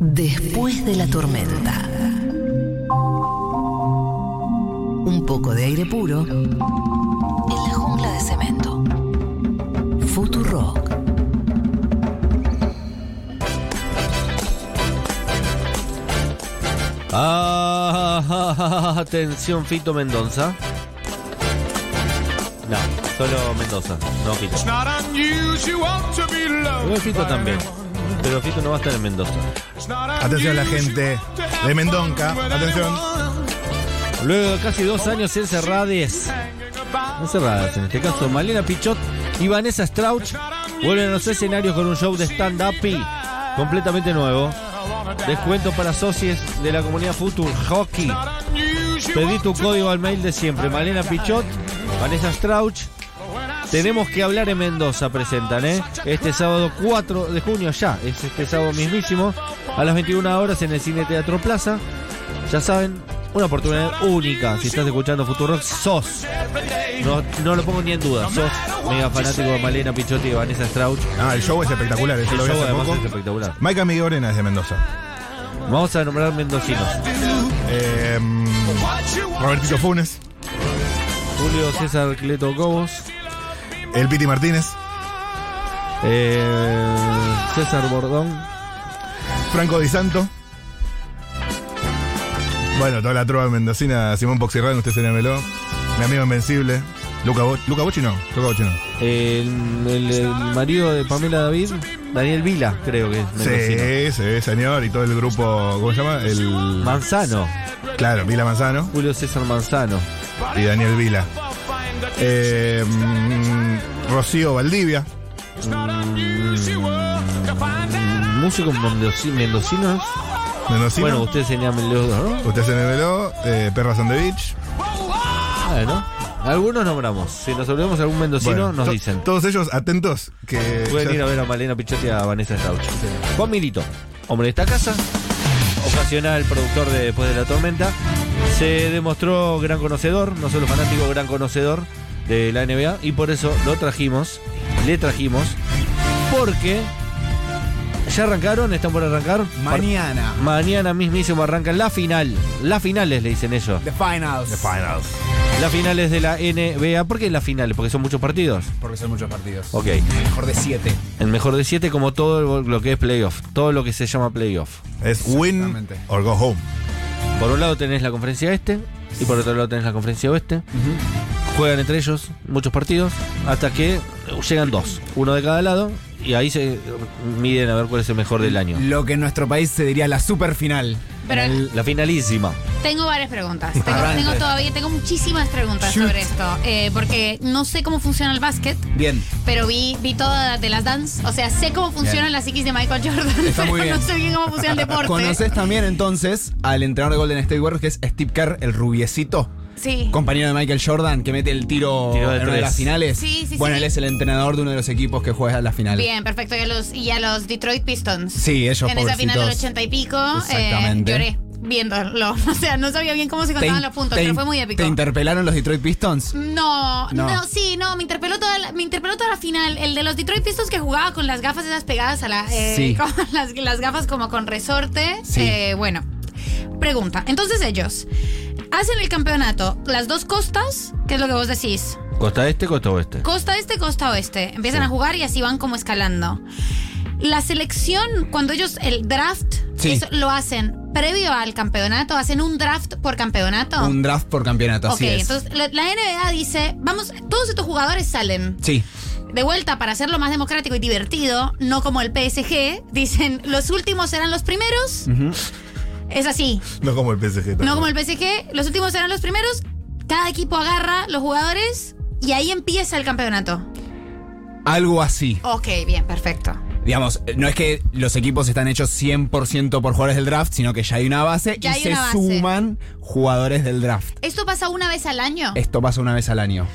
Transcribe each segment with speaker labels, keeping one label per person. Speaker 1: Después de la tormenta. Un poco de aire puro en la jungla de cemento. Futurock.
Speaker 2: Ah, atención, Fito Mendoza. No, solo Mendoza, no Fito.
Speaker 3: Not unusual to be loved
Speaker 2: Igual Fito también. Pero Fito no va a estar en Mendoza.
Speaker 3: It's not
Speaker 4: Atención a la gente de Mendonca. Atención.
Speaker 2: Luego de casi dos años encerrades, encerradas en este caso, Malena Pichot y Vanessa Strauch vuelven a los escenarios con un show de stand-up y completamente nuevo. Descuento para socios de la comunidad Future Hockey. Pedí tu código al mail de siempre. Malena Pichot, Vanessa Strauch. Tenemos que hablar en Mendoza, presentan, ¿eh? Este sábado 4 de junio ya, es este sábado mismísimo, a las 21 horas en el Cine Teatro Plaza. Ya saben, una oportunidad única. Si estás escuchando Futurock, sos. No, no lo pongo ni en duda, sos mega fanático de Malena Pichotti y Vanessa Strauch.
Speaker 4: Ah, el show es espectacular. Yo
Speaker 2: El
Speaker 4: lo vi
Speaker 2: show
Speaker 4: hace
Speaker 2: además
Speaker 4: poco.
Speaker 2: es espectacular.
Speaker 4: Maika Migorena es de Mendoza.
Speaker 2: Vamos a nombrar mendocinos.
Speaker 4: Eh, Robertito Funes.
Speaker 2: Julio César Cleto Cobos,
Speaker 4: El Piti Martínez.
Speaker 2: eh, César Bordón,
Speaker 4: Franco Di Santo. Bueno, toda la trova mendocina. Simón Poxirrán, usted señámelo. Mi amigo Invencible. Luca, Bo Luca Bocci no. Luca Bocci no.
Speaker 2: el, el- el marido de Pamela David, Daniel Vila, creo que es mendocino.
Speaker 4: Sí, sí, señor. Y todo el grupo. ¿Cómo se llama? El.
Speaker 2: Manzano,
Speaker 4: Claro, Vila Manzano
Speaker 2: Julio César Manzano,
Speaker 4: y Daniel Vila. Eh, mm, Rocío Valdivia. Eh, mm.
Speaker 2: músicos mendoci- mendocinos.
Speaker 3: Oh,
Speaker 4: Mendocino.
Speaker 2: Bueno, ustedes señalan los dos, ¿no?
Speaker 4: Usted se niveló, eh, Perra Sandevich.
Speaker 3: oh,
Speaker 2: Ah, ¿no? Algunos nombramos. Si nos olvidamos algún mendocino,
Speaker 4: Bueno,
Speaker 2: nos
Speaker 4: to-
Speaker 2: dicen.
Speaker 4: Todos ellos atentos que.
Speaker 2: Pueden
Speaker 4: ya-
Speaker 2: ir a ver a Malena Pichotti y a Vanessa Strauch. Juan Milito, hombre de esta casa, ocasional productor de Después de la Tormenta, se demostró gran conocedor, no solo fanático, gran conocedor de la NBA y por eso lo trajimos, le trajimos, porque ya arrancaron, están por arrancar.
Speaker 5: Mañana.
Speaker 2: Par- Mañana mismísimo arrancan la final. Las finales le dicen ellos.
Speaker 5: The Finals.
Speaker 4: The Finals.
Speaker 2: Las finales de la NBA. ¿Por qué las finales? Porque son muchos partidos.
Speaker 5: Porque son muchos partidos.
Speaker 2: Ok.
Speaker 5: Mejor de siete.
Speaker 2: El mejor de siete como todo lo que es playoff. Todo lo que se llama playoff.
Speaker 4: Es win
Speaker 5: Exactamente.
Speaker 4: or go home.
Speaker 2: Por un lado tenés la conferencia este y por otro lado tenés la conferencia oeste. Juegan entre ellos muchos partidos hasta que llegan dos. Uno de cada lado y ahí se miden a ver cuál es el mejor del año.
Speaker 5: Lo que en nuestro país se diría la super final.
Speaker 6: Pero-
Speaker 5: El-
Speaker 2: La finalísima.
Speaker 6: Tengo varias preguntas. Tengo,
Speaker 5: Arranque.
Speaker 6: tengo todavía, tengo muchísimas preguntas
Speaker 5: Shoot.
Speaker 6: sobre esto. eh, porque no sé cómo funciona el básquet,
Speaker 5: Bien.
Speaker 6: pero vi, vi todas de las dance. O sea, sé cómo funcionan
Speaker 5: Bien.
Speaker 6: las X de Michael Jordan,
Speaker 5: Está
Speaker 6: pero
Speaker 5: muy bien.
Speaker 6: no sé bien cómo funciona el deporte.
Speaker 5: ¿Conoces también entonces al entrenador de Golden State Warriors que es Steve Kerr, el rubiecito?
Speaker 6: Sí.
Speaker 5: Compañero de Michael Jordan que mete el tiro,
Speaker 2: Tiro de
Speaker 5: en una de
Speaker 2: tres.
Speaker 5: las finales.
Speaker 6: Sí, sí,
Speaker 5: bueno,
Speaker 6: sí.
Speaker 5: él es el entrenador de uno de los equipos que juega las finales.
Speaker 6: Bien, perfecto. Y a los, y a los Detroit Pistons.
Speaker 5: Sí, ellos
Speaker 6: En esa final del
Speaker 5: pobrecitos.
Speaker 6: 80 y pico, eh,
Speaker 5: Exactamente.
Speaker 6: lloré viéndolo. O sea, no sabía bien cómo se
Speaker 5: Te in-
Speaker 6: contaban los puntos,
Speaker 5: te
Speaker 6: pero
Speaker 5: in-
Speaker 6: fue muy épico.
Speaker 5: ¿Te interpelaron los Detroit Pistons?
Speaker 6: No,
Speaker 5: No.
Speaker 6: no, sí, no, me interpeló toda la, me interpeló toda la final. El de los Detroit Pistons que jugaba con las gafas esas pegadas a la. eh,
Speaker 5: Sí.
Speaker 6: con las, las gafas como con resorte.
Speaker 5: Sí.
Speaker 6: Eh, bueno, pregunta. Entonces ellos hacen el campeonato, las dos costas, ¿qué es lo que vos decís?
Speaker 2: Costa este, costa oeste.
Speaker 6: Costa este, costa oeste. Empiezan
Speaker 2: Sí.
Speaker 6: a jugar y así van como escalando. La selección, cuando ellos el draft,
Speaker 5: Sí.
Speaker 6: eso lo hacen previo al campeonato, hacen un draft por campeonato.
Speaker 5: Un draft por campeonato,
Speaker 6: Ok,
Speaker 5: así es.
Speaker 6: entonces la, la NBA dice, vamos, todos estos jugadores salen
Speaker 5: Sí.
Speaker 6: de vuelta para hacerlo más democrático y divertido, no como el PSG, dicen, los últimos serán los primeros. Es así,
Speaker 4: No como el PSG.
Speaker 6: no como el PSG, los últimos serán los primeros. Cada equipo agarra los jugadores y ahí empieza el campeonato.
Speaker 5: Algo así.
Speaker 6: Ok, bien, perfecto.
Speaker 5: Digamos, no es que los equipos están hechos 100% por jugadores del draft, sino que ya hay una base
Speaker 6: Ya
Speaker 5: y
Speaker 6: hay
Speaker 5: se
Speaker 6: una base.
Speaker 5: suman jugadores del draft.
Speaker 6: Esto pasa una vez al año
Speaker 5: Esto pasa una vez al año.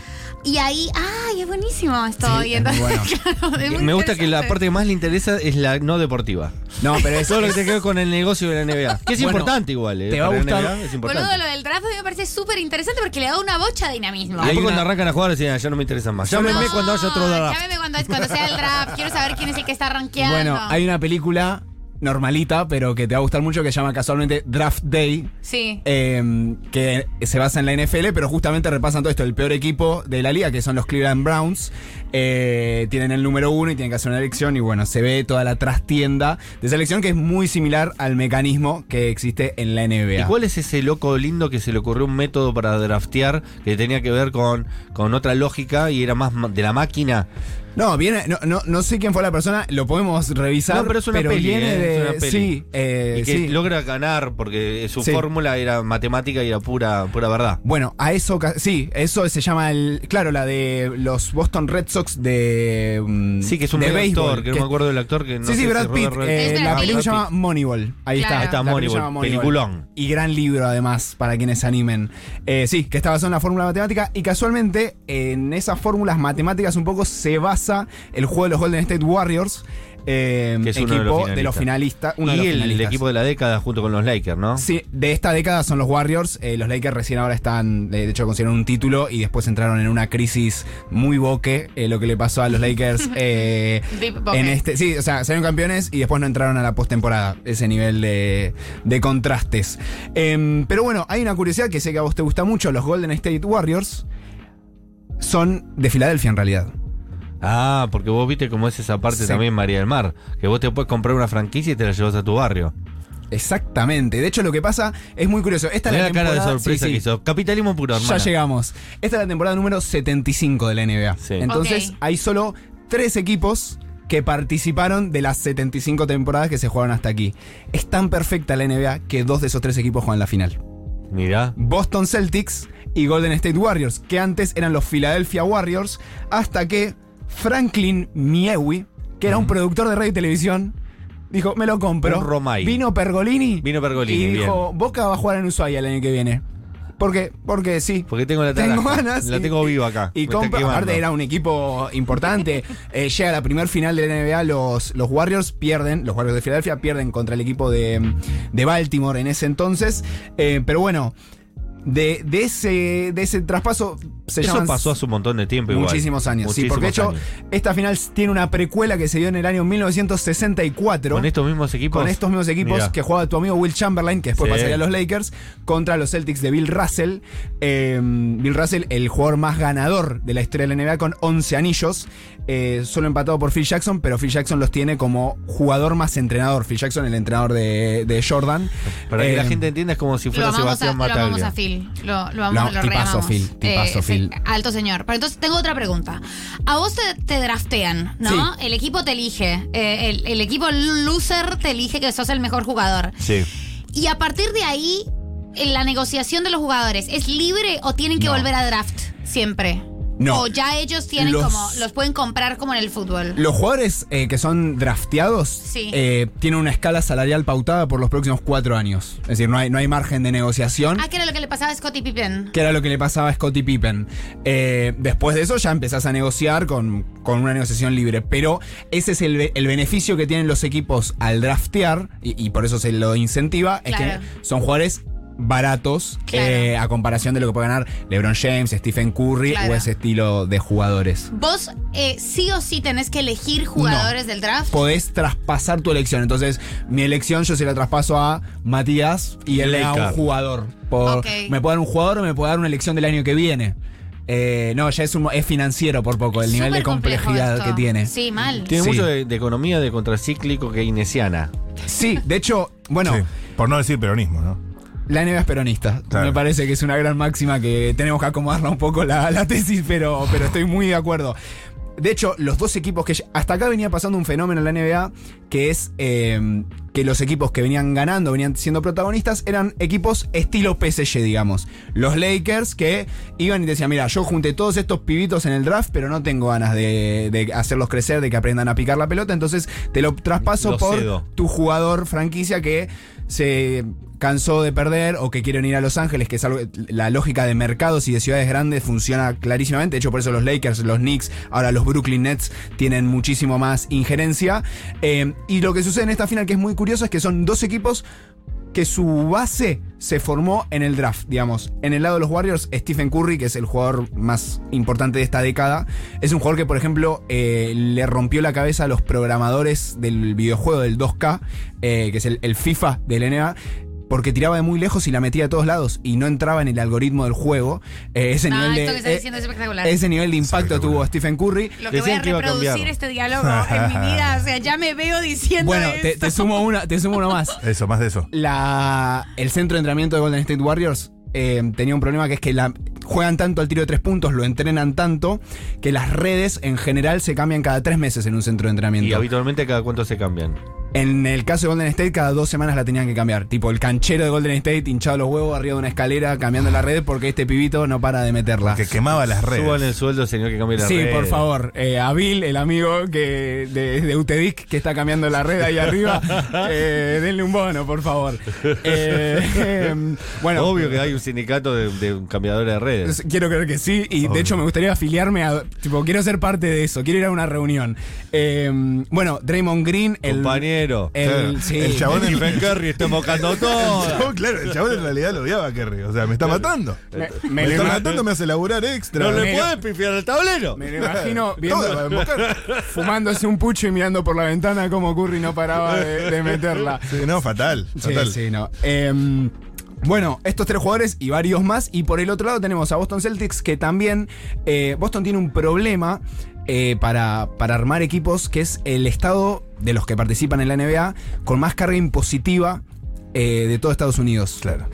Speaker 6: y ahí, ay, es buenísimo esto.
Speaker 5: Sí,
Speaker 6: y
Speaker 5: es muy
Speaker 6: entonces,
Speaker 5: bueno.
Speaker 6: claro, es muy
Speaker 2: Me gusta que la
Speaker 6: interesante.
Speaker 2: parte que más le interesa es la no deportiva.
Speaker 5: No, pero es,
Speaker 2: Todo lo que tiene que ver con el negocio de la NBA. Que es
Speaker 5: Bueno,
Speaker 2: importante igual. eh,
Speaker 5: te va a
Speaker 2: para la
Speaker 5: gustar.
Speaker 2: NBA es importante.
Speaker 6: Boludo, lo del draft a mí me parece súper interesante porque le da una bocha de dinamismo.
Speaker 2: Y ahí
Speaker 5: Hay
Speaker 2: cuando
Speaker 5: una-
Speaker 2: arrancan a jugar decían, "Ah, ya no me interesan más. Llámenme
Speaker 6: No,
Speaker 2: cuando haya otro draft.
Speaker 6: Llámeme cuando, cuando sea el draft. Quiero saber quién es el que está rankeando.
Speaker 5: bueno, hay una película normalita, pero que te va a gustar mucho, que se llama casualmente Draft Day,
Speaker 6: Sí.
Speaker 5: eh, que se basa en la NFL, pero justamente repasan todo esto. El peor equipo de la liga, que son los Cleveland Browns, eh, tienen el número uno y tienen que hacer una elección. Y bueno, se ve toda la trastienda de esa elección, que es muy similar al mecanismo que existe en la NBA.
Speaker 2: ¿Y cuál es ese loco lindo que se le ocurrió un método para draftear que tenía que ver con, con otra lógica y era más ma- de la máquina?
Speaker 5: No, viene, no, no, no sé quién fue la persona, lo podemos revisar.
Speaker 2: No, pero es una peli,
Speaker 5: viene
Speaker 2: ¿eh?
Speaker 5: de.
Speaker 2: Es una peli.
Speaker 5: Sí, eh,
Speaker 2: y que
Speaker 5: sí.
Speaker 2: logra ganar porque su
Speaker 5: Sí.
Speaker 2: fórmula era matemática y era pura, pura verdad.
Speaker 5: Bueno, a eso, ca- sí, eso se llama el, claro, la de los Boston Red Sox de, mm,
Speaker 2: Sí, que es un
Speaker 5: de
Speaker 2: medio
Speaker 5: béisbol,
Speaker 2: actor, que no
Speaker 5: que-
Speaker 2: me acuerdo del actor que no
Speaker 5: sí,
Speaker 2: sé
Speaker 5: sí,
Speaker 2: si
Speaker 5: Brad
Speaker 2: Robert
Speaker 5: Pitt.
Speaker 2: Redford.
Speaker 5: eh,
Speaker 6: Es
Speaker 5: la
Speaker 6: Brad
Speaker 5: película
Speaker 6: Pitt.
Speaker 5: se llama Moneyball. Ahí
Speaker 6: Claro.
Speaker 5: está.
Speaker 6: Ahí
Speaker 2: está,
Speaker 5: La película
Speaker 2: Moneyball,
Speaker 5: se llama
Speaker 2: peliculón.
Speaker 5: Y gran libro, además, para quienes se animen. Eh, sí, que está basado en la fórmula matemática. Y casualmente, en esas fórmulas matemáticas, un poco se basa el juego de los Golden State Warriors. eh,
Speaker 2: Que es uno
Speaker 5: equipo
Speaker 2: de los
Speaker 5: de los finalistas. uno
Speaker 2: y
Speaker 5: de los
Speaker 2: el,
Speaker 5: finalistas.
Speaker 2: equipo de la década junto con los Lakers, ¿no?
Speaker 5: Sí, de esta década son los Warriors. eh, los Lakers recién ahora están, eh, de de hecho, consiguieron un título y después entraron en una crisis muy boque. eh, lo que le pasó a los Lakers eh,
Speaker 6: Deep
Speaker 5: en
Speaker 6: pocket.
Speaker 5: este. Sí, o sea, salieron campeones y después no entraron a la postemporada. Ese nivel de, de contrastes. Em, pero bueno, hay una curiosidad que sé que a vos te gusta mucho: los Golden State Warriors son de Filadelfia en realidad.
Speaker 2: Ah, porque vos viste cómo es esa parte
Speaker 5: Sí.
Speaker 2: también, María del Mar. Que vos te puedes comprar una franquicia y te la llevas a tu barrio.
Speaker 5: Exactamente. De hecho, lo que pasa es muy curioso. Esta es
Speaker 2: Mirá
Speaker 5: la,
Speaker 2: la cara de
Speaker 5: temporada-
Speaker 2: sorpresa
Speaker 5: sí, sí.
Speaker 2: que hizo. Capitalismo puro, hermano.
Speaker 5: Ya llegamos. Esta es la temporada número 75 de la NBA.
Speaker 2: Sí.
Speaker 5: Entonces
Speaker 6: Ok.
Speaker 5: hay solo tres equipos que participaron de las 75 temporadas que se jugaron hasta aquí. Es tan perfecta la NBA que dos de esos tres equipos juegan la final.
Speaker 2: Mirá.
Speaker 5: Boston Celtics y Golden State Warriors, que antes eran los Philadelphia Warriors, hasta que Franklin Miewi, que era un productor de radio y televisión, dijo, me lo compro.
Speaker 2: Un Romay.
Speaker 5: Vino Pergolini.
Speaker 2: Vino Pergolini,
Speaker 5: Y dijo, Boca va a jugar en Ushuaia el año que viene. Porque, porque sí.
Speaker 2: Porque tengo la
Speaker 5: Tengo
Speaker 2: tarasca.
Speaker 5: ganas,
Speaker 2: La
Speaker 5: sí.
Speaker 2: tengo viva acá.
Speaker 5: Y
Speaker 2: Me está
Speaker 5: compra,
Speaker 2: quemando.
Speaker 5: aparte era un equipo importante. Eh, llega la primer final de la NBA, los, los Warriors pierden, los Warriors de Filadelfia pierden contra el equipo de, de Baltimore en ese entonces. Eh, pero bueno, de, de ese, de ese traspaso se
Speaker 2: Eso
Speaker 5: llaman
Speaker 2: pasó hace un montón de tiempo igual.
Speaker 5: muchísimos años. sí,
Speaker 2: Muchísimos
Speaker 5: porque de hecho,
Speaker 2: años.
Speaker 5: esta final tiene una precuela que se dio en el año 1964
Speaker 2: con estos mismos equipos.
Speaker 5: con estos mismos equipos
Speaker 2: Mirá.
Speaker 5: que jugaba tu amigo Will Chamberlain, que después
Speaker 2: Sí.
Speaker 5: pasaría a los Lakers, contra los Celtics de Bill Russell. Eh, Bill Russell, el jugador más ganador de la historia de la NBA, con 11 anillos, eh, solo empatado por Phil Jackson, pero Phil Jackson los tiene como jugador más entrenador. Phil Jackson, el entrenador de, de Jordan.
Speaker 2: Para que la
Speaker 5: Eh,
Speaker 2: gente entienda es como si
Speaker 6: Lo
Speaker 2: fuera
Speaker 6: amamos, a,
Speaker 2: Sebastián
Speaker 6: lo amamos
Speaker 2: Mataglia.
Speaker 6: a Phil. Lo, lo
Speaker 5: No,
Speaker 6: amamos, lo
Speaker 5: tipazo,
Speaker 6: reamamos.
Speaker 5: Phil, tipazo,
Speaker 6: Eh,
Speaker 5: Phil.
Speaker 6: sí, Alto señor. Pero entonces tengo otra pregunta. A vos te, te draftean, ¿no? El equipo te elige. Eh, el, el equipo loser te elige que sos el mejor jugador.
Speaker 2: Sí.
Speaker 6: Y a partir de ahí, en la negociación de los jugadores, ¿es libre o tienen que
Speaker 5: No.
Speaker 6: volver a draft siempre?
Speaker 5: No.
Speaker 6: O ya ellos tienen
Speaker 5: Los-
Speaker 6: como. Los pueden comprar como en el fútbol.
Speaker 5: Los jugadores eh, que son drafteados
Speaker 6: Sí.
Speaker 5: eh, tienen una escala salarial pautada por los próximos cuatro años. Es decir, no hay, no hay margen de negociación.
Speaker 6: Ah, que era lo que le pasaba a Scottie Pippen.
Speaker 5: que era lo que le pasaba a Scottie Pippen. Eh, después de eso ya empezás a negociar con, con una negociación libre, pero ese es el, be- el beneficio que tienen los equipos al draftear, y, y por eso se lo incentiva,
Speaker 6: Claro.
Speaker 5: es que son jugadores baratos
Speaker 6: Claro.
Speaker 5: eh, a comparación de lo que puede ganar LeBron James, Stephen Curry
Speaker 6: Claro.
Speaker 5: o ese estilo de jugadores.
Speaker 6: Vos eh, sí o sí tenés que elegir jugadores del draft.
Speaker 5: Podés traspasar tu elección. Entonces, mi elección yo se la traspaso a Matías y él le da un
Speaker 2: Laker.
Speaker 5: jugador. Por-
Speaker 6: Ok.
Speaker 5: Me puede dar un jugador o me puede dar una elección del año que viene. Eh, no, ya es, un, es financiero por poco, el nivel de
Speaker 6: Súper complejo
Speaker 5: complejidad
Speaker 6: esto.
Speaker 5: que tiene. Sí.
Speaker 6: Sí, mal.
Speaker 2: Tiene
Speaker 5: Sí.
Speaker 2: mucho de, de economía de contracíclico keynesiana.
Speaker 5: de hecho, bueno,
Speaker 4: Sí, Por no decir peronismo, ¿no?
Speaker 5: la NBA es peronista.
Speaker 4: Claro.
Speaker 5: Me parece que es una gran máxima que tenemos que acomodarla un poco la, la tesis, pero, pero estoy muy de acuerdo. De hecho, los dos equipos que... Hasta acá venía pasando un fenómeno en la NBA, que es eh, que los equipos que venían ganando, venían siendo protagonistas, eran equipos estilo PSG, digamos. Los Lakers que iban y decían, mira, yo junté todos estos pibitos en el draft, pero no tengo ganas de, de hacerlos crecer, de que aprendan a picar la pelota, entonces te lo traspaso
Speaker 2: Lo
Speaker 5: por
Speaker 2: cedo.
Speaker 5: tu jugador franquicia que se cansó de perder o que quieren ir a Los Ángeles, que es algo, la lógica de mercados y de ciudades grandes funciona clarísimamente. De hecho, por eso los Lakers, los Knicks, ahora los Brooklyn Nets tienen muchísimo más injerencia. Eh, y lo que sucede en esta final, que es muy curioso, es que son dos equipos que su base se formó en el draft, digamos. En el lado de los Warriors, Stephen Curry, que es el jugador más importante de esta década, es un jugador que, por ejemplo, eh, le rompió la cabeza a los programadores del videojuego del 2K, eh, que es el, el FIFA del NBA. Porque tiraba de muy lejos y la metía a todos lados y no entraba en el algoritmo del juego. Eh, ese,
Speaker 6: Ah,
Speaker 5: nivel
Speaker 6: esto que
Speaker 5: de,
Speaker 6: estás diciendo es espectacular.
Speaker 5: ese nivel de impacto
Speaker 4: Espectacular.
Speaker 5: tuvo Stephen Curry.
Speaker 6: Lo que voy a
Speaker 2: Decían que iba a
Speaker 6: reproducir
Speaker 2: cambiar.
Speaker 6: este diálogo en mi vida. O sea, ya me veo diciendo
Speaker 5: Bueno, te,
Speaker 6: esto.
Speaker 5: te sumo una, te sumo una más.
Speaker 4: Eso, más de eso.
Speaker 5: la, el centro de entrenamiento de Golden State Warriors eh, tenía un problema que es que la, juegan tanto al tiro de tres puntos, lo entrenan tanto, que las redes en general se cambian cada tres meses en un centro de
Speaker 2: Y
Speaker 5: entrenamiento.
Speaker 2: habitualmente cada cuánto se cambian.
Speaker 5: En el caso de Golden State, cada dos semanas la tenían que cambiar. Tipo, el canchero de Golden State hinchado los huevos arriba de una escalera cambiando la red porque este pibito no para de meterla.
Speaker 4: Que quemaba las
Speaker 2: Suban
Speaker 4: redes.
Speaker 2: el sueldo, señor, que cambie la
Speaker 5: Sí,
Speaker 2: red.
Speaker 5: por favor. Eh, a Bill, el amigo que de, de UTEDIC que está cambiando la red ahí arriba, eh, denle un bono, por favor. Eh, em, bueno,
Speaker 2: Obvio que hay un sindicato de, de un cambiador de redes.
Speaker 5: Es- Quiero creer que sí, y de hecho me gustaría afiliarme a. Tipo, quiero ser parte de eso, quiero ir a una reunión. Eh, bueno, Draymond Green, el.
Speaker 2: Compañero.
Speaker 5: el-
Speaker 4: Claro,
Speaker 5: sí.
Speaker 4: el chabón
Speaker 2: Y
Speaker 4: en-
Speaker 2: Ben Curry está mocando todo.
Speaker 4: No, claro, el chabón en realidad lo odiaba a Kerry. O sea, me está matando.
Speaker 5: Me-
Speaker 4: Me,
Speaker 5: me lo
Speaker 4: está
Speaker 5: ima-
Speaker 4: matando, me hace laburar extra.
Speaker 2: No
Speaker 5: Me
Speaker 2: le
Speaker 5: lo-
Speaker 2: puedes pifiar el tablero.
Speaker 5: Me lo imagino viendo-
Speaker 4: Todo va a embocar.
Speaker 5: fumándose un pucho y mirando por la ventana como Curry no paraba de, de meterla.
Speaker 4: Sí, no, fatal.
Speaker 5: Sí,
Speaker 4: fatal.
Speaker 5: sí, no. Em, bueno, estos tres jugadores y varios más. Y por el otro lado tenemos a Boston Celtics, que también. eh, Boston tiene un problema eh, para, para armar equipos, que es el estado de los que participan en la NBA con más carga impositiva eh, de todo Estados Unidos.
Speaker 4: Claro.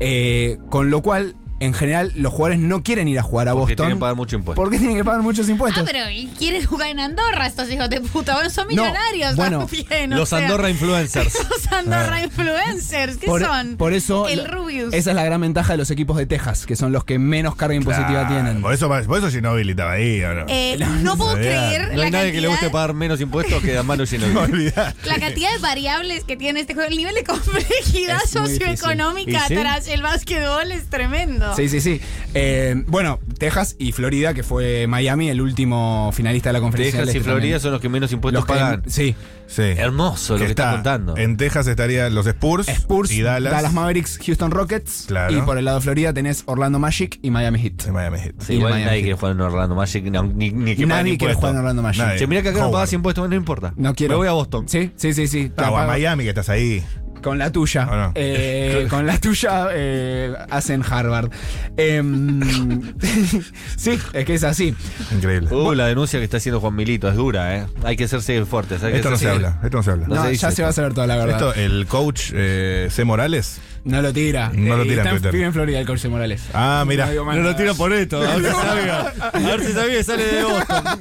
Speaker 5: Eh, con lo cual, en general, los jugadores no quieren ir a jugar a
Speaker 2: Porque
Speaker 5: Boston.
Speaker 2: tienen que pagar mucho impuesto.
Speaker 5: porque tienen que pagar muchos
Speaker 6: Ah,
Speaker 5: impuestos.
Speaker 6: pero ¿y quieren jugar en Andorra estos hijos de puta? Bueno, son
Speaker 5: No,
Speaker 6: millonarios
Speaker 5: bueno,
Speaker 6: también. o
Speaker 2: Los
Speaker 6: sea.
Speaker 2: Andorra Influencers.
Speaker 6: Los Andorra influencers, ¿qué
Speaker 5: Ah. por,
Speaker 6: son?
Speaker 5: por eso.
Speaker 6: El
Speaker 5: la-
Speaker 6: Rubius.
Speaker 5: Esa es la gran ventaja de los equipos de Texas, que son los que menos carga impositiva
Speaker 4: Claro,
Speaker 5: tienen.
Speaker 4: Ah, Por eso, por eso Ginobili estaba ahí. ¿o no?
Speaker 6: Eh, no puedo
Speaker 4: sabía.
Speaker 6: creer
Speaker 2: No
Speaker 6: la,
Speaker 2: hay nadie que le guste
Speaker 6: cantidad,
Speaker 2: pagar menos impuestos que a Manu
Speaker 4: No
Speaker 2: Ginobili.
Speaker 4: olvidar.
Speaker 6: la cantidad de variables que tiene este juego. El nivel de complejidad
Speaker 5: Es muy difícil.
Speaker 6: socioeconómica
Speaker 2: ¿Y sí?
Speaker 6: tras el básquetbol es tremendo.
Speaker 5: Sí, sí, sí. Eh, bueno, Texas y Florida, que fue Miami, el último finalista de la conferencia.
Speaker 2: Texas
Speaker 5: del
Speaker 2: y
Speaker 5: Este
Speaker 2: Florida
Speaker 5: también.
Speaker 2: son los que menos impuestos
Speaker 5: Los que-
Speaker 2: pagan.
Speaker 5: Sí.
Speaker 4: Sí.
Speaker 2: Hermoso lo que, está, contando.
Speaker 4: En Texas estarían los Spurs,
Speaker 5: Spurs,
Speaker 4: y
Speaker 5: Dallas.
Speaker 4: Dallas.
Speaker 5: Mavericks, Houston Rockets.
Speaker 4: Claro.
Speaker 5: Y por el lado de Florida tenés Orlando Magic y Miami Heat.
Speaker 4: y Miami Heat.
Speaker 2: Sí,
Speaker 5: y
Speaker 2: igual
Speaker 5: Miami
Speaker 2: nadie
Speaker 5: Heat.
Speaker 2: quiere jugar en Orlando Magic, no, ni, ni que paguen
Speaker 5: Nadie quiere
Speaker 2: impuestos.
Speaker 5: jugar en Orlando Magic.
Speaker 4: Nadie.
Speaker 2: Che, mirá que acá no
Speaker 4: Howard.
Speaker 2: pagas impuestos, bueno, no importa.
Speaker 5: No quiero.
Speaker 2: Me voy a Boston.
Speaker 5: Sí, sí, sí, sí.
Speaker 4: Ah, o a
Speaker 5: Capaz-
Speaker 4: Miami que estás ahí.
Speaker 5: Con la tuya.
Speaker 4: Ah, no.
Speaker 5: Eh, con la tuya eh, hacen Harvard. Em, sí, es que es así.
Speaker 4: Increíble.
Speaker 2: Uh, la denuncia que está haciendo Juan Milito es dura, ¿eh? Hay que hacerse fuertes. hay que
Speaker 4: esto no se
Speaker 2: hacerse-
Speaker 4: habla. Esto no se habla.
Speaker 5: No,
Speaker 2: No se dice
Speaker 5: ya se
Speaker 2: esto.
Speaker 5: va a saber toda la verdad.
Speaker 4: Esto, el coach eh, C. Morales.
Speaker 5: no lo tira.
Speaker 4: No lo
Speaker 5: Eh,
Speaker 4: tira en
Speaker 5: está en-
Speaker 4: Twitter.
Speaker 5: vive en Florida el Corse Morales.
Speaker 4: Ah, mira.
Speaker 5: No digo más
Speaker 2: No lo
Speaker 5: nada.
Speaker 2: tiro por esto, a ver si sabía. A ver si sabía que sale de Boston.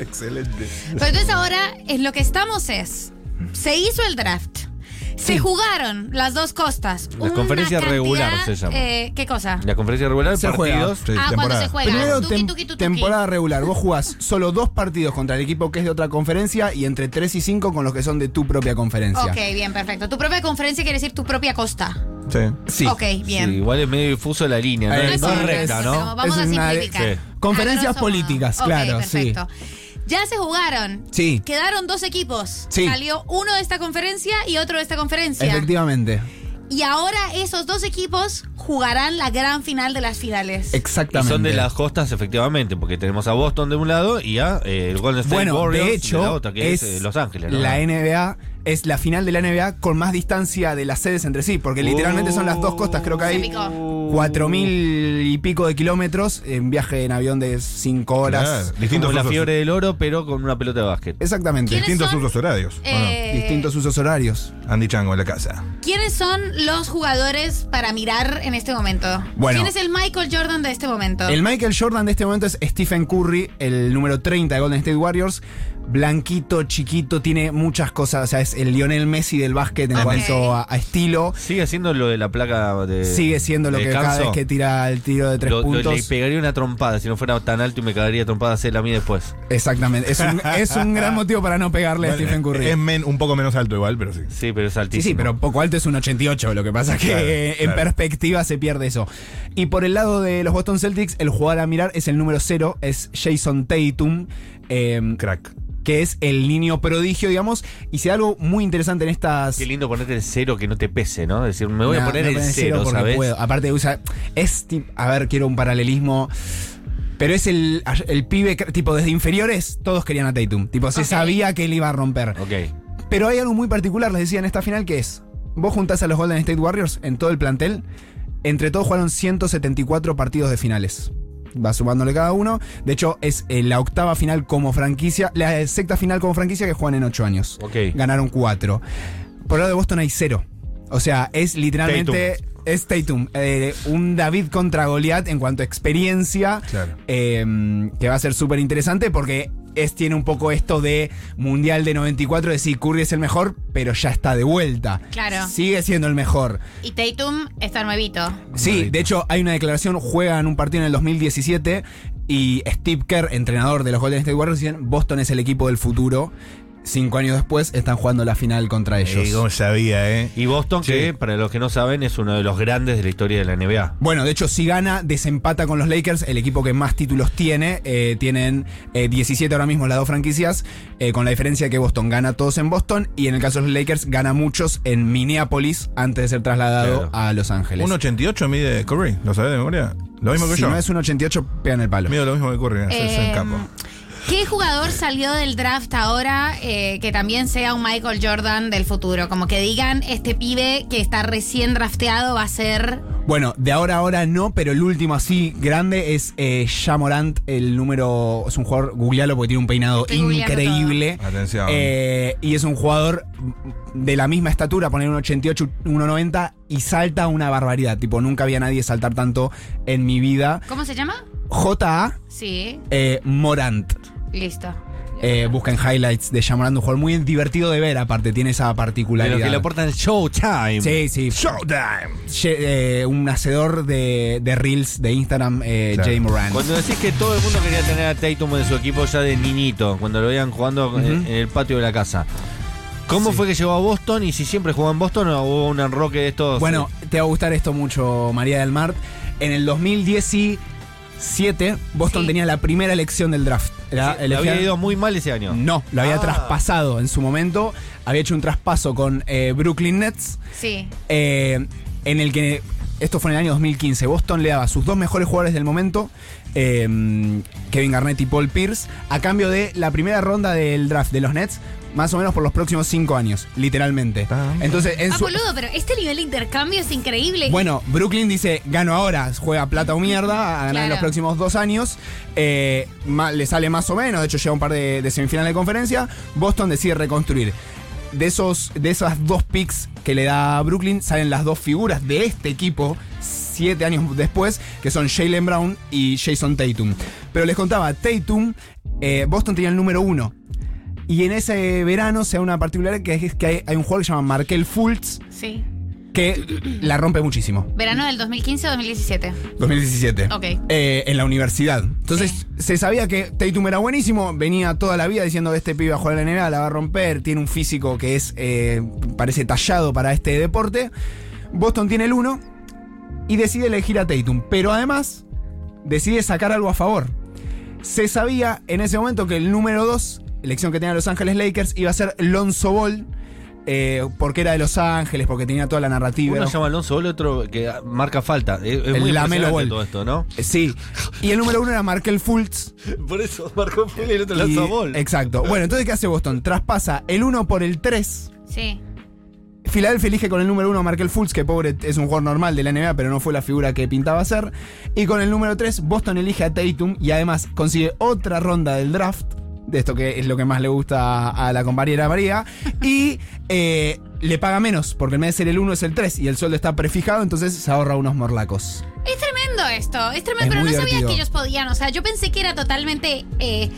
Speaker 4: Excelente.
Speaker 6: Pero Pues entonces ahora es lo que estamos es, se hizo el draft. Se jugaron las dos costas.
Speaker 2: La conferencia
Speaker 6: cantidad,
Speaker 2: regular se llama.
Speaker 6: eh, ¿Qué cosa?
Speaker 2: La conferencia regular,
Speaker 5: Se juega.
Speaker 2: partidos.
Speaker 4: Sí,
Speaker 6: ah, cuando se
Speaker 4: temporada.
Speaker 6: juega.
Speaker 5: Primero,
Speaker 6: Tuki,
Speaker 5: tem-
Speaker 6: tuki, tuki.
Speaker 5: temporada regular. Vos jugás solo dos partidos contra el equipo que es de otra conferencia y entre tres y cinco con los que son de tu propia conferencia.
Speaker 6: Ok, bien, perfecto. Tu propia conferencia quiere decir tu propia costa.
Speaker 2: Eh,
Speaker 4: Sí.
Speaker 5: Sí.
Speaker 6: Ok, bien.
Speaker 2: Sí, igual es medio difuso la línea, ¿no?
Speaker 5: Eh,
Speaker 6: No
Speaker 2: es
Speaker 6: es
Speaker 5: no
Speaker 2: más
Speaker 5: es-
Speaker 2: recta, ¿no?
Speaker 6: Vamos
Speaker 5: Eso
Speaker 6: a
Speaker 5: es una-
Speaker 6: simplificar.
Speaker 2: sí.
Speaker 5: Conferencias
Speaker 6: A grosso modo.
Speaker 5: políticas,
Speaker 6: Ok,
Speaker 5: claro,
Speaker 6: perfecto. Ya se jugaron.
Speaker 5: Sí.
Speaker 6: Quedaron dos equipos.
Speaker 5: Sí.
Speaker 6: Salió uno de esta conferencia y otro de esta conferencia.
Speaker 5: Efectivamente.
Speaker 6: Y ahora esos dos equipos jugarán la gran final de las finales.
Speaker 2: Y
Speaker 5: Exactamente.
Speaker 2: son de las costas, efectivamente, porque tenemos a Boston de un lado y a eh, el Golden State
Speaker 5: Bueno,
Speaker 2: Warriors
Speaker 5: de
Speaker 2: la
Speaker 5: hecho,
Speaker 2: otra, que es,
Speaker 5: es
Speaker 2: eh, Los Ángeles. ¿no?
Speaker 5: la NBA es la final de la NBA con más distancia de las sedes entre sí, porque literalmente son las dos costas, creo que
Speaker 6: Se
Speaker 5: hay
Speaker 6: picó.
Speaker 5: 4.000 y pico de kilómetros en viaje en avión de 5 horas.
Speaker 4: Claro.
Speaker 2: Distinto
Speaker 4: Distintos
Speaker 2: como la
Speaker 4: usos-
Speaker 2: fiebre del oro, pero con una pelota de básquet.
Speaker 5: Exactamente.
Speaker 6: ¿Quiénes
Speaker 4: Distintos
Speaker 6: son?
Speaker 4: usos horarios. ¿o no?
Speaker 6: Eh,
Speaker 5: Distintos usos horarios.
Speaker 4: Andy Chango en la casa.
Speaker 6: ¿Quiénes son los jugadores para mirar en este momento?
Speaker 5: Bueno.
Speaker 6: ¿Quién es el Michael Jordan de este momento?
Speaker 5: El Michael Jordan de este momento es Stephen Curry, el número 30 de Golden State Warriors. Blanquito, chiquito, tiene muchas cosas. O sea, es el Lionel Messi del básquet en
Speaker 6: Ok.
Speaker 5: cuanto a, a estilo.
Speaker 2: Sigue haciendo lo de la placa de.
Speaker 5: Sigue siendo lo
Speaker 2: de
Speaker 5: que cada
Speaker 2: Carso.
Speaker 5: vez que tira el tiro de tres
Speaker 2: Eh, Lo- lo- le
Speaker 5: puntos.
Speaker 2: pegaría una trompada si no fuera tan alto y me cagaría trompada hacerla a mí después.
Speaker 5: Exactamente. Es un, es un gran motivo para no pegarle a
Speaker 4: Bueno,
Speaker 5: Stephen Curry.
Speaker 4: Es men- un poco menos alto igual, pero sí.
Speaker 2: Sí, pero es
Speaker 5: Sí,
Speaker 2: altísimo.
Speaker 5: sí, pero poco alto es un 88. Lo que pasa es que
Speaker 4: Claro,
Speaker 5: eh, en
Speaker 4: claro.
Speaker 5: perspectiva se pierde eso. Y por el lado de los Boston Celtics, el jugador a mirar es el número 0, es Jason Tatum. eh,
Speaker 4: Crack.
Speaker 5: que es el niño prodigio, digamos. Y si hay algo muy interesante en estas.
Speaker 2: Qué lindo ponerte el cero que no te pese, ¿no? Es decir, me voy a
Speaker 5: Nah,
Speaker 2: poner
Speaker 5: me
Speaker 2: el
Speaker 5: ponen
Speaker 2: cero,
Speaker 5: porque
Speaker 2: ¿sabes?
Speaker 5: puedo. Aparte usa. Es ti- A ver, quiero un paralelismo. Pero es el, el pibe, que- tipo, desde inferiores, todos querían a Tatum. Tipo, se sabía que él iba a romper.
Speaker 2: Ok.
Speaker 5: Pero hay algo muy particular, les decía en esta final, que es, vos juntás a los Golden State Warriors en todo el plantel, entre todos jugaron 174 partidos de finales. Va sumándole cada uno. De hecho, es eh, la octava final como franquicia, la sexta final como franquicia que juegan en 8 años.
Speaker 2: Ok.
Speaker 5: Ganaron 4. Por el lado de Boston hay 0. O sea, es literalmente... Es Tatum, eh, un David contra Goliat en cuanto a experiencia.
Speaker 4: Claro.
Speaker 5: Eh, que va a ser súper interesante porque es, tiene un poco esto de Mundial de 94, de sí, Curry es el mejor, pero ya está de vuelta.
Speaker 6: Claro.
Speaker 5: Sigue siendo el mejor.
Speaker 6: Y Tatum está nuevito.
Speaker 5: Sí, de hecho hay una declaración, juegan un partido en el 2017 y Steve Kerr, entrenador de los Golden State Warriors, dicen, Boston es el equipo del futuro. Cinco años después están jugando la final contra ellos.
Speaker 4: Ey, Eh, cómo sabía, ¿eh?
Speaker 2: Y Boston,
Speaker 4: Sí.
Speaker 2: que para los que no saben, es uno de los grandes de la historia de la NBA.
Speaker 5: Bueno, de hecho, si gana, desempata con los Lakers, el equipo que más títulos tiene. Eh, tienen eh, 17 ahora mismo las dos franquicias, eh, con la diferencia que Boston gana todos en Boston y en el caso de los Lakers gana muchos en Minneapolis antes de ser trasladado
Speaker 2: Claro.
Speaker 5: a Los Ángeles.
Speaker 4: ¿Un 88 mide Curry? ¿Lo sabés de memoria? Lo mismo que
Speaker 5: si
Speaker 4: yo.
Speaker 5: no es un 88, pegan el palo.
Speaker 4: Mido lo mismo que Curry. es- es un
Speaker 6: Eh,
Speaker 4: capo.
Speaker 6: ¿Qué jugador salió del draft ahora eh, que también sea un Michael Jordan del futuro? Como que digan, este pibe que está recién drafteado va a ser...
Speaker 5: Bueno, de ahora a ahora no, pero el último así grande es eh, Ja Morant, el número. Es un jugador, googlealo porque tiene un peinado
Speaker 6: Estoy googleando
Speaker 5: increíble.
Speaker 4: Atención.
Speaker 5: Eh, y es un jugador de la misma estatura, poner un 88, 1,90 y salta una barbaridad. Tipo, nunca había nadie saltar tanto en mi vida.
Speaker 6: ¿Cómo se llama?
Speaker 5: J.A.
Speaker 6: Sí,
Speaker 5: eh, Morant.
Speaker 6: listo.
Speaker 5: Eh, busquen highlights de Ja Morant, un jugador muy divertido de ver, aparte, tiene esa
Speaker 2: De
Speaker 5: particularidad.
Speaker 2: los que le aportan Showtime.
Speaker 5: Sí, sí.
Speaker 4: Showtime.
Speaker 5: Ye- eh, un hacedor de, de reels de Instagram, eh,
Speaker 4: Claro.
Speaker 5: Jay Morant.
Speaker 2: Cuando decís que todo el mundo quería tener a Tatum en su equipo ya de niñito, cuando lo veían jugando eh, en, en el patio de la casa. ¿Cómo fue que llegó a Boston y si siempre jugó en Boston o hubo un enroque de estos?
Speaker 5: Bueno, te va a gustar esto mucho, María del Mar. En el 2017, Boston
Speaker 6: Sí.
Speaker 5: tenía la primera elección del draft. Era
Speaker 2: Sí, eh, le
Speaker 5: elegían-
Speaker 2: había ido muy mal ese año.
Speaker 5: No, lo había
Speaker 2: Ah.
Speaker 5: traspasado en su momento. Había hecho un traspaso con eh, Brooklyn Nets,
Speaker 6: Sí.
Speaker 5: eh, en el que, esto fue en el año 2015, Boston le daba sus dos mejores jugadores del momento, eh, Kevin Garnett y Paul Pierce, a cambio de la primera ronda del draft de los Nets, más o menos por los próximos cinco años, literalmente.
Speaker 4: Ah.
Speaker 5: Entonces, en
Speaker 6: Ah,
Speaker 5: su...
Speaker 6: boludo, pero este nivel de intercambio es increíble.
Speaker 5: Bueno, Brooklyn dice, gano ahora, juega plata o mierda, a ganar en
Speaker 6: Claro.
Speaker 5: los próximos dos años. Eh, ma- le sale más o menos, de hecho llega un par de, de semifinales de conferencia. Boston decide reconstruir. De, esos, de esas dos picks que le da Brooklyn, salen las dos figuras de este equipo siete años después, que son Jalen Brown y Jason Tatum. Pero les contaba, Tatum, eh, Boston tenía el número uno. Y en ese verano se da una particularidad que es que hay, hay un jugador que se llama Markel Fultz
Speaker 6: Sí.
Speaker 5: que la rompe muchísimo.
Speaker 6: Verano del 2015 o 2017.
Speaker 5: 2017.
Speaker 6: Ok.
Speaker 5: Eh, en la universidad. Entonces
Speaker 6: Sí.
Speaker 5: se sabía que Tatum era buenísimo, venía toda la vida diciendo este pibe va a jugar en la NBA, la va a romper, tiene un físico que es eh, parece tallado para este deporte. Boston tiene el 1 y decide elegir a Tatum, pero además decide sacar algo a favor. Se sabía en ese momento que el número 2, elección que tenían Los Ángeles Lakers, iba a ser Lonzo Ball, eh, porque era de Los Ángeles, porque tenía toda la narrativa.
Speaker 2: Uno
Speaker 5: era un
Speaker 2: llama Alonso, el otro que marca falta. Es, es
Speaker 5: El
Speaker 2: muy
Speaker 5: Lamelo
Speaker 2: impresionante
Speaker 5: Ball.
Speaker 2: todo esto, ¿no?
Speaker 5: Sí. Y el número uno era Markel Fultz.
Speaker 2: Por eso marcó y el otro
Speaker 5: Y-
Speaker 2: lanzó gol.
Speaker 5: Exacto. Bueno, entonces, ¿qué hace Boston? Traspasa el 1 por el 3.
Speaker 6: Sí.
Speaker 5: Filadelfia elige con el número 1 a Markel Fultz, que pobre es un jugador normal de la NBA, pero no fue la figura que pintaba ser. Y con el número 3, Boston elige a Tatum y además consigue otra ronda del draft, de esto que es lo que más le gusta a la compañera María. Y eh, le paga menos, porque en vez de ser el 1 es el 3 y el sueldo está prefijado, entonces se ahorra unos morlacos.
Speaker 6: Es tremendo esto, es tremendo,
Speaker 5: Es
Speaker 6: pero no
Speaker 5: muy
Speaker 6: sabía
Speaker 5: divertido.
Speaker 6: que ellos podían, o sea, yo pensé que era totalmente eh,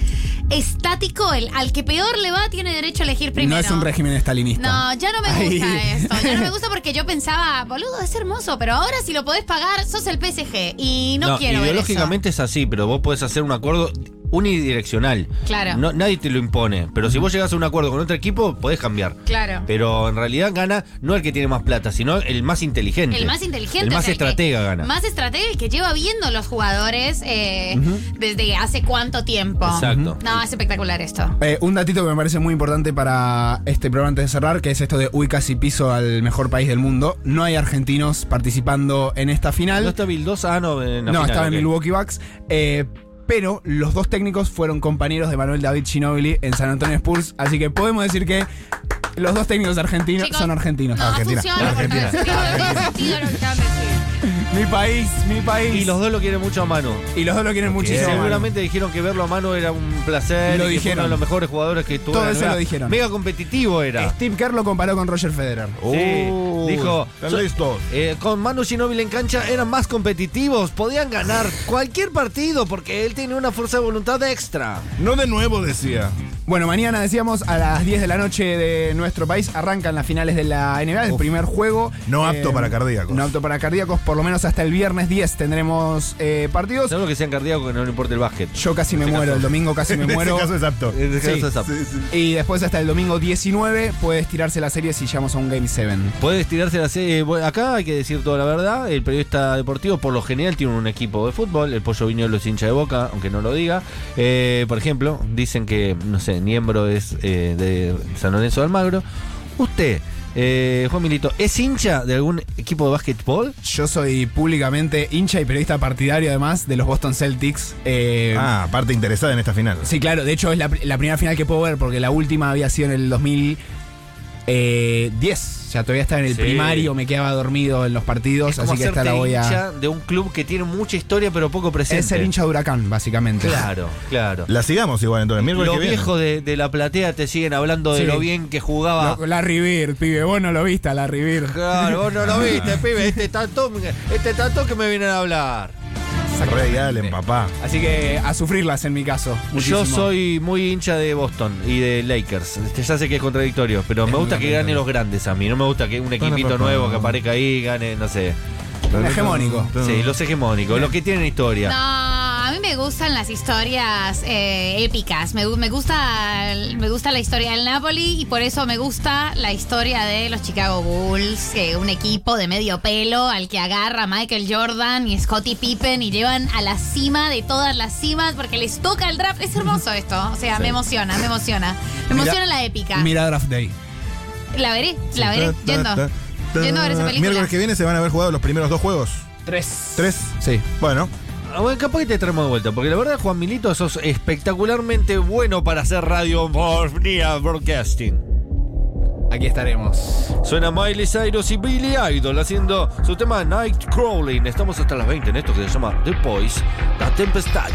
Speaker 6: estático, el al que peor le va tiene derecho a elegir primero.
Speaker 5: No es un régimen estalinista.
Speaker 6: No, ya no me gusta
Speaker 5: Ahí.
Speaker 6: esto, ya no me gusta porque yo pensaba, boludo, es hermoso, pero ahora si lo podés pagar, sos el PSG y no, quiero ver eso.
Speaker 2: Ideológicamente es así, pero vos podés hacer un acuerdo unidireccional.
Speaker 6: Claro.
Speaker 2: No, nadie te lo impone. Pero si vos llegas a un acuerdo con otro equipo, podés cambiar.
Speaker 6: Claro.
Speaker 2: Pero en realidad gana no el que tiene más plata, sino el más inteligente.
Speaker 6: El más inteligente.
Speaker 2: El
Speaker 6: o
Speaker 2: más
Speaker 6: sea, que-
Speaker 2: estratega gana.
Speaker 6: Más estratega el que lleva viendo los jugadores eh, desde hace cuánto tiempo.
Speaker 2: Exacto.
Speaker 6: No, es espectacular esto.
Speaker 5: Eh, un datito que me parece muy importante para este programa antes de cerrar, que es esto de uy casi piso al mejor país del mundo. No hay argentinos participando en esta final.
Speaker 2: ¿No está Bildosa? Ah, no, en la
Speaker 5: No,
Speaker 2: final,
Speaker 5: estaba en
Speaker 2: ok.
Speaker 5: Milwaukee Bucks. eh, pero los dos técnicos fueron compañeros de Manuel David Ginobili en San Antonio Spurs. Así que podemos decir que los dos técnicos argentinos
Speaker 6: Chicos,
Speaker 5: son argentinos.
Speaker 6: No,
Speaker 4: Argentina,
Speaker 6: funciona. porque
Speaker 4: Argentina.
Speaker 6: no tiene sentido lo que acaban de decir.
Speaker 5: Mi país, mi país.
Speaker 2: Y los dos lo quieren mucho a Manu.
Speaker 5: Y los dos lo quieren
Speaker 2: Que
Speaker 5: muchísimo. Manu.
Speaker 2: seguramente dijeron que verlo a Manu era un placer.
Speaker 5: Lo
Speaker 2: y que fue
Speaker 5: dijeron.
Speaker 2: Uno de los mejores jugadores que tuvo.
Speaker 5: Todo
Speaker 2: la
Speaker 5: eso
Speaker 2: NBA.
Speaker 5: lo dijeron. Este.
Speaker 2: Mega competitivo era.
Speaker 5: Steve Kerr lo comparó con Roger Federer.
Speaker 2: Sí,
Speaker 4: Uh,
Speaker 2: dijo.
Speaker 4: están
Speaker 2: "So-
Speaker 4: listos".
Speaker 2: eh, con Manu Ginóbili en cancha eran más competitivos, podían ganar cualquier partido porque él tiene una fuerza de voluntad extra.
Speaker 4: No de nuevo decía.
Speaker 5: Bueno, mañana decíamos a las 10 de la noche de nuestro país arrancan las finales de la NBA, el
Speaker 4: Uf.
Speaker 5: primer juego. eh,
Speaker 4: No apto para cardíacos.
Speaker 5: No apto para cardíacos, por lo menos hasta el viernes 10 tendremos eh, partidos.
Speaker 2: Sabemos que sean cardíacos que no le importa el básquet.
Speaker 5: Yo casi me
Speaker 2: En ese
Speaker 5: muero,
Speaker 2: caso-
Speaker 5: el domingo casi me
Speaker 4: en
Speaker 5: muero. Eh,
Speaker 4: ese caso es apto.
Speaker 2: En ese
Speaker 5: Sí,
Speaker 2: caso es apto.
Speaker 5: Y después hasta el domingo 19 puedes tirarse la serie si llegamos a un Game 7.
Speaker 2: Puedes tirarse la serie. bueno, Acá hay que decir toda la verdad. El periodista deportivo, por lo general, tiene un equipo de fútbol. El Pollo Viñolo es hincha de boca, aunque no lo diga. Eh, por ejemplo, dicen que, no sé, Niembro es eh, de San Lorenzo de Almagro. Usted, eh, Juan Milito, ¿es hincha de algún equipo de básquetbol?
Speaker 5: Yo soy públicamente hincha y periodista partidario además de los Boston Celtics. Eh,
Speaker 4: Ah, parte interesada en esta final.
Speaker 5: Sí, claro, de hecho es la, la primera final que puedo ver porque la última había sido en el 2010. O sea, todavía estaba en el
Speaker 2: Sí.
Speaker 5: primario, me quedaba dormido en los partidos, así
Speaker 2: Como
Speaker 5: que esta la
Speaker 2: hacerte
Speaker 5: voy a...
Speaker 2: hincha de un club que tiene mucha historia pero poco presente.
Speaker 5: Es el hincha de huracán, básicamente.
Speaker 2: Claro, claro.
Speaker 4: La sigamos igual entonces. Miércoles
Speaker 2: Los
Speaker 4: que viene.
Speaker 2: viejos de, de la platea te siguen hablando de
Speaker 5: Sí.
Speaker 2: lo bien que jugaba.
Speaker 5: Lo- Larry Bird, pibe, vos no lo viste a Larry Bird.
Speaker 2: Claro, vos no lo viste, pibe. Este tanto, este tanto que me vienen a hablar.
Speaker 4: Rey Allen, papá.
Speaker 5: Así que a sufrirlas en mi caso. muchísimo.
Speaker 2: Yo soy muy hincha de Boston y de Lakers. Este, Ya sé que es contradictorio, pero me gusta que gane los grandes a mí. No me gusta que un equipito
Speaker 4: papá.
Speaker 2: nuevo que aparezca ahí gane, no sé.
Speaker 5: hegemónico.
Speaker 2: Sí, los hegemónicos, los que tienen
Speaker 6: No,
Speaker 2: historia.
Speaker 6: a mí me gustan las historias eh, épicas. Me, gu- me gusta, me gusta la historia del Napoli y por eso me gusta la historia de los Chicago Bulls, eh, un equipo de medio pelo al que agarra Michael Jordan y Scottie Pippen y llevan a la cima de todas las cimas porque les toca el draft. Es hermoso esto. O sea, me emociona, me emociona. Me
Speaker 5: Mira-
Speaker 6: emociona la épica.
Speaker 5: Mira Draft Day.
Speaker 6: La veré, la veré.
Speaker 4: Ta, ta,
Speaker 6: Yendo.
Speaker 4: ta, ta.
Speaker 6: Yendo a ver esa película.
Speaker 4: Miércoles que viene se van a haber jugado los primeros dos juegos.
Speaker 5: Tres.
Speaker 4: ¿Tres?
Speaker 5: Sí.
Speaker 4: Bueno,
Speaker 2: Ah, Bueno, capaz que te traemos de vuelta, porque la verdad, Juan Milito, sos espectacularmente bueno para hacer radio por día broadcasting.
Speaker 5: Aquí estaremos.
Speaker 2: Suena Miley Cyrus y Billy Idol haciendo su tema Night Crawling. Estamos hasta las 20 en esto que se llama The Voice, La Tempestad.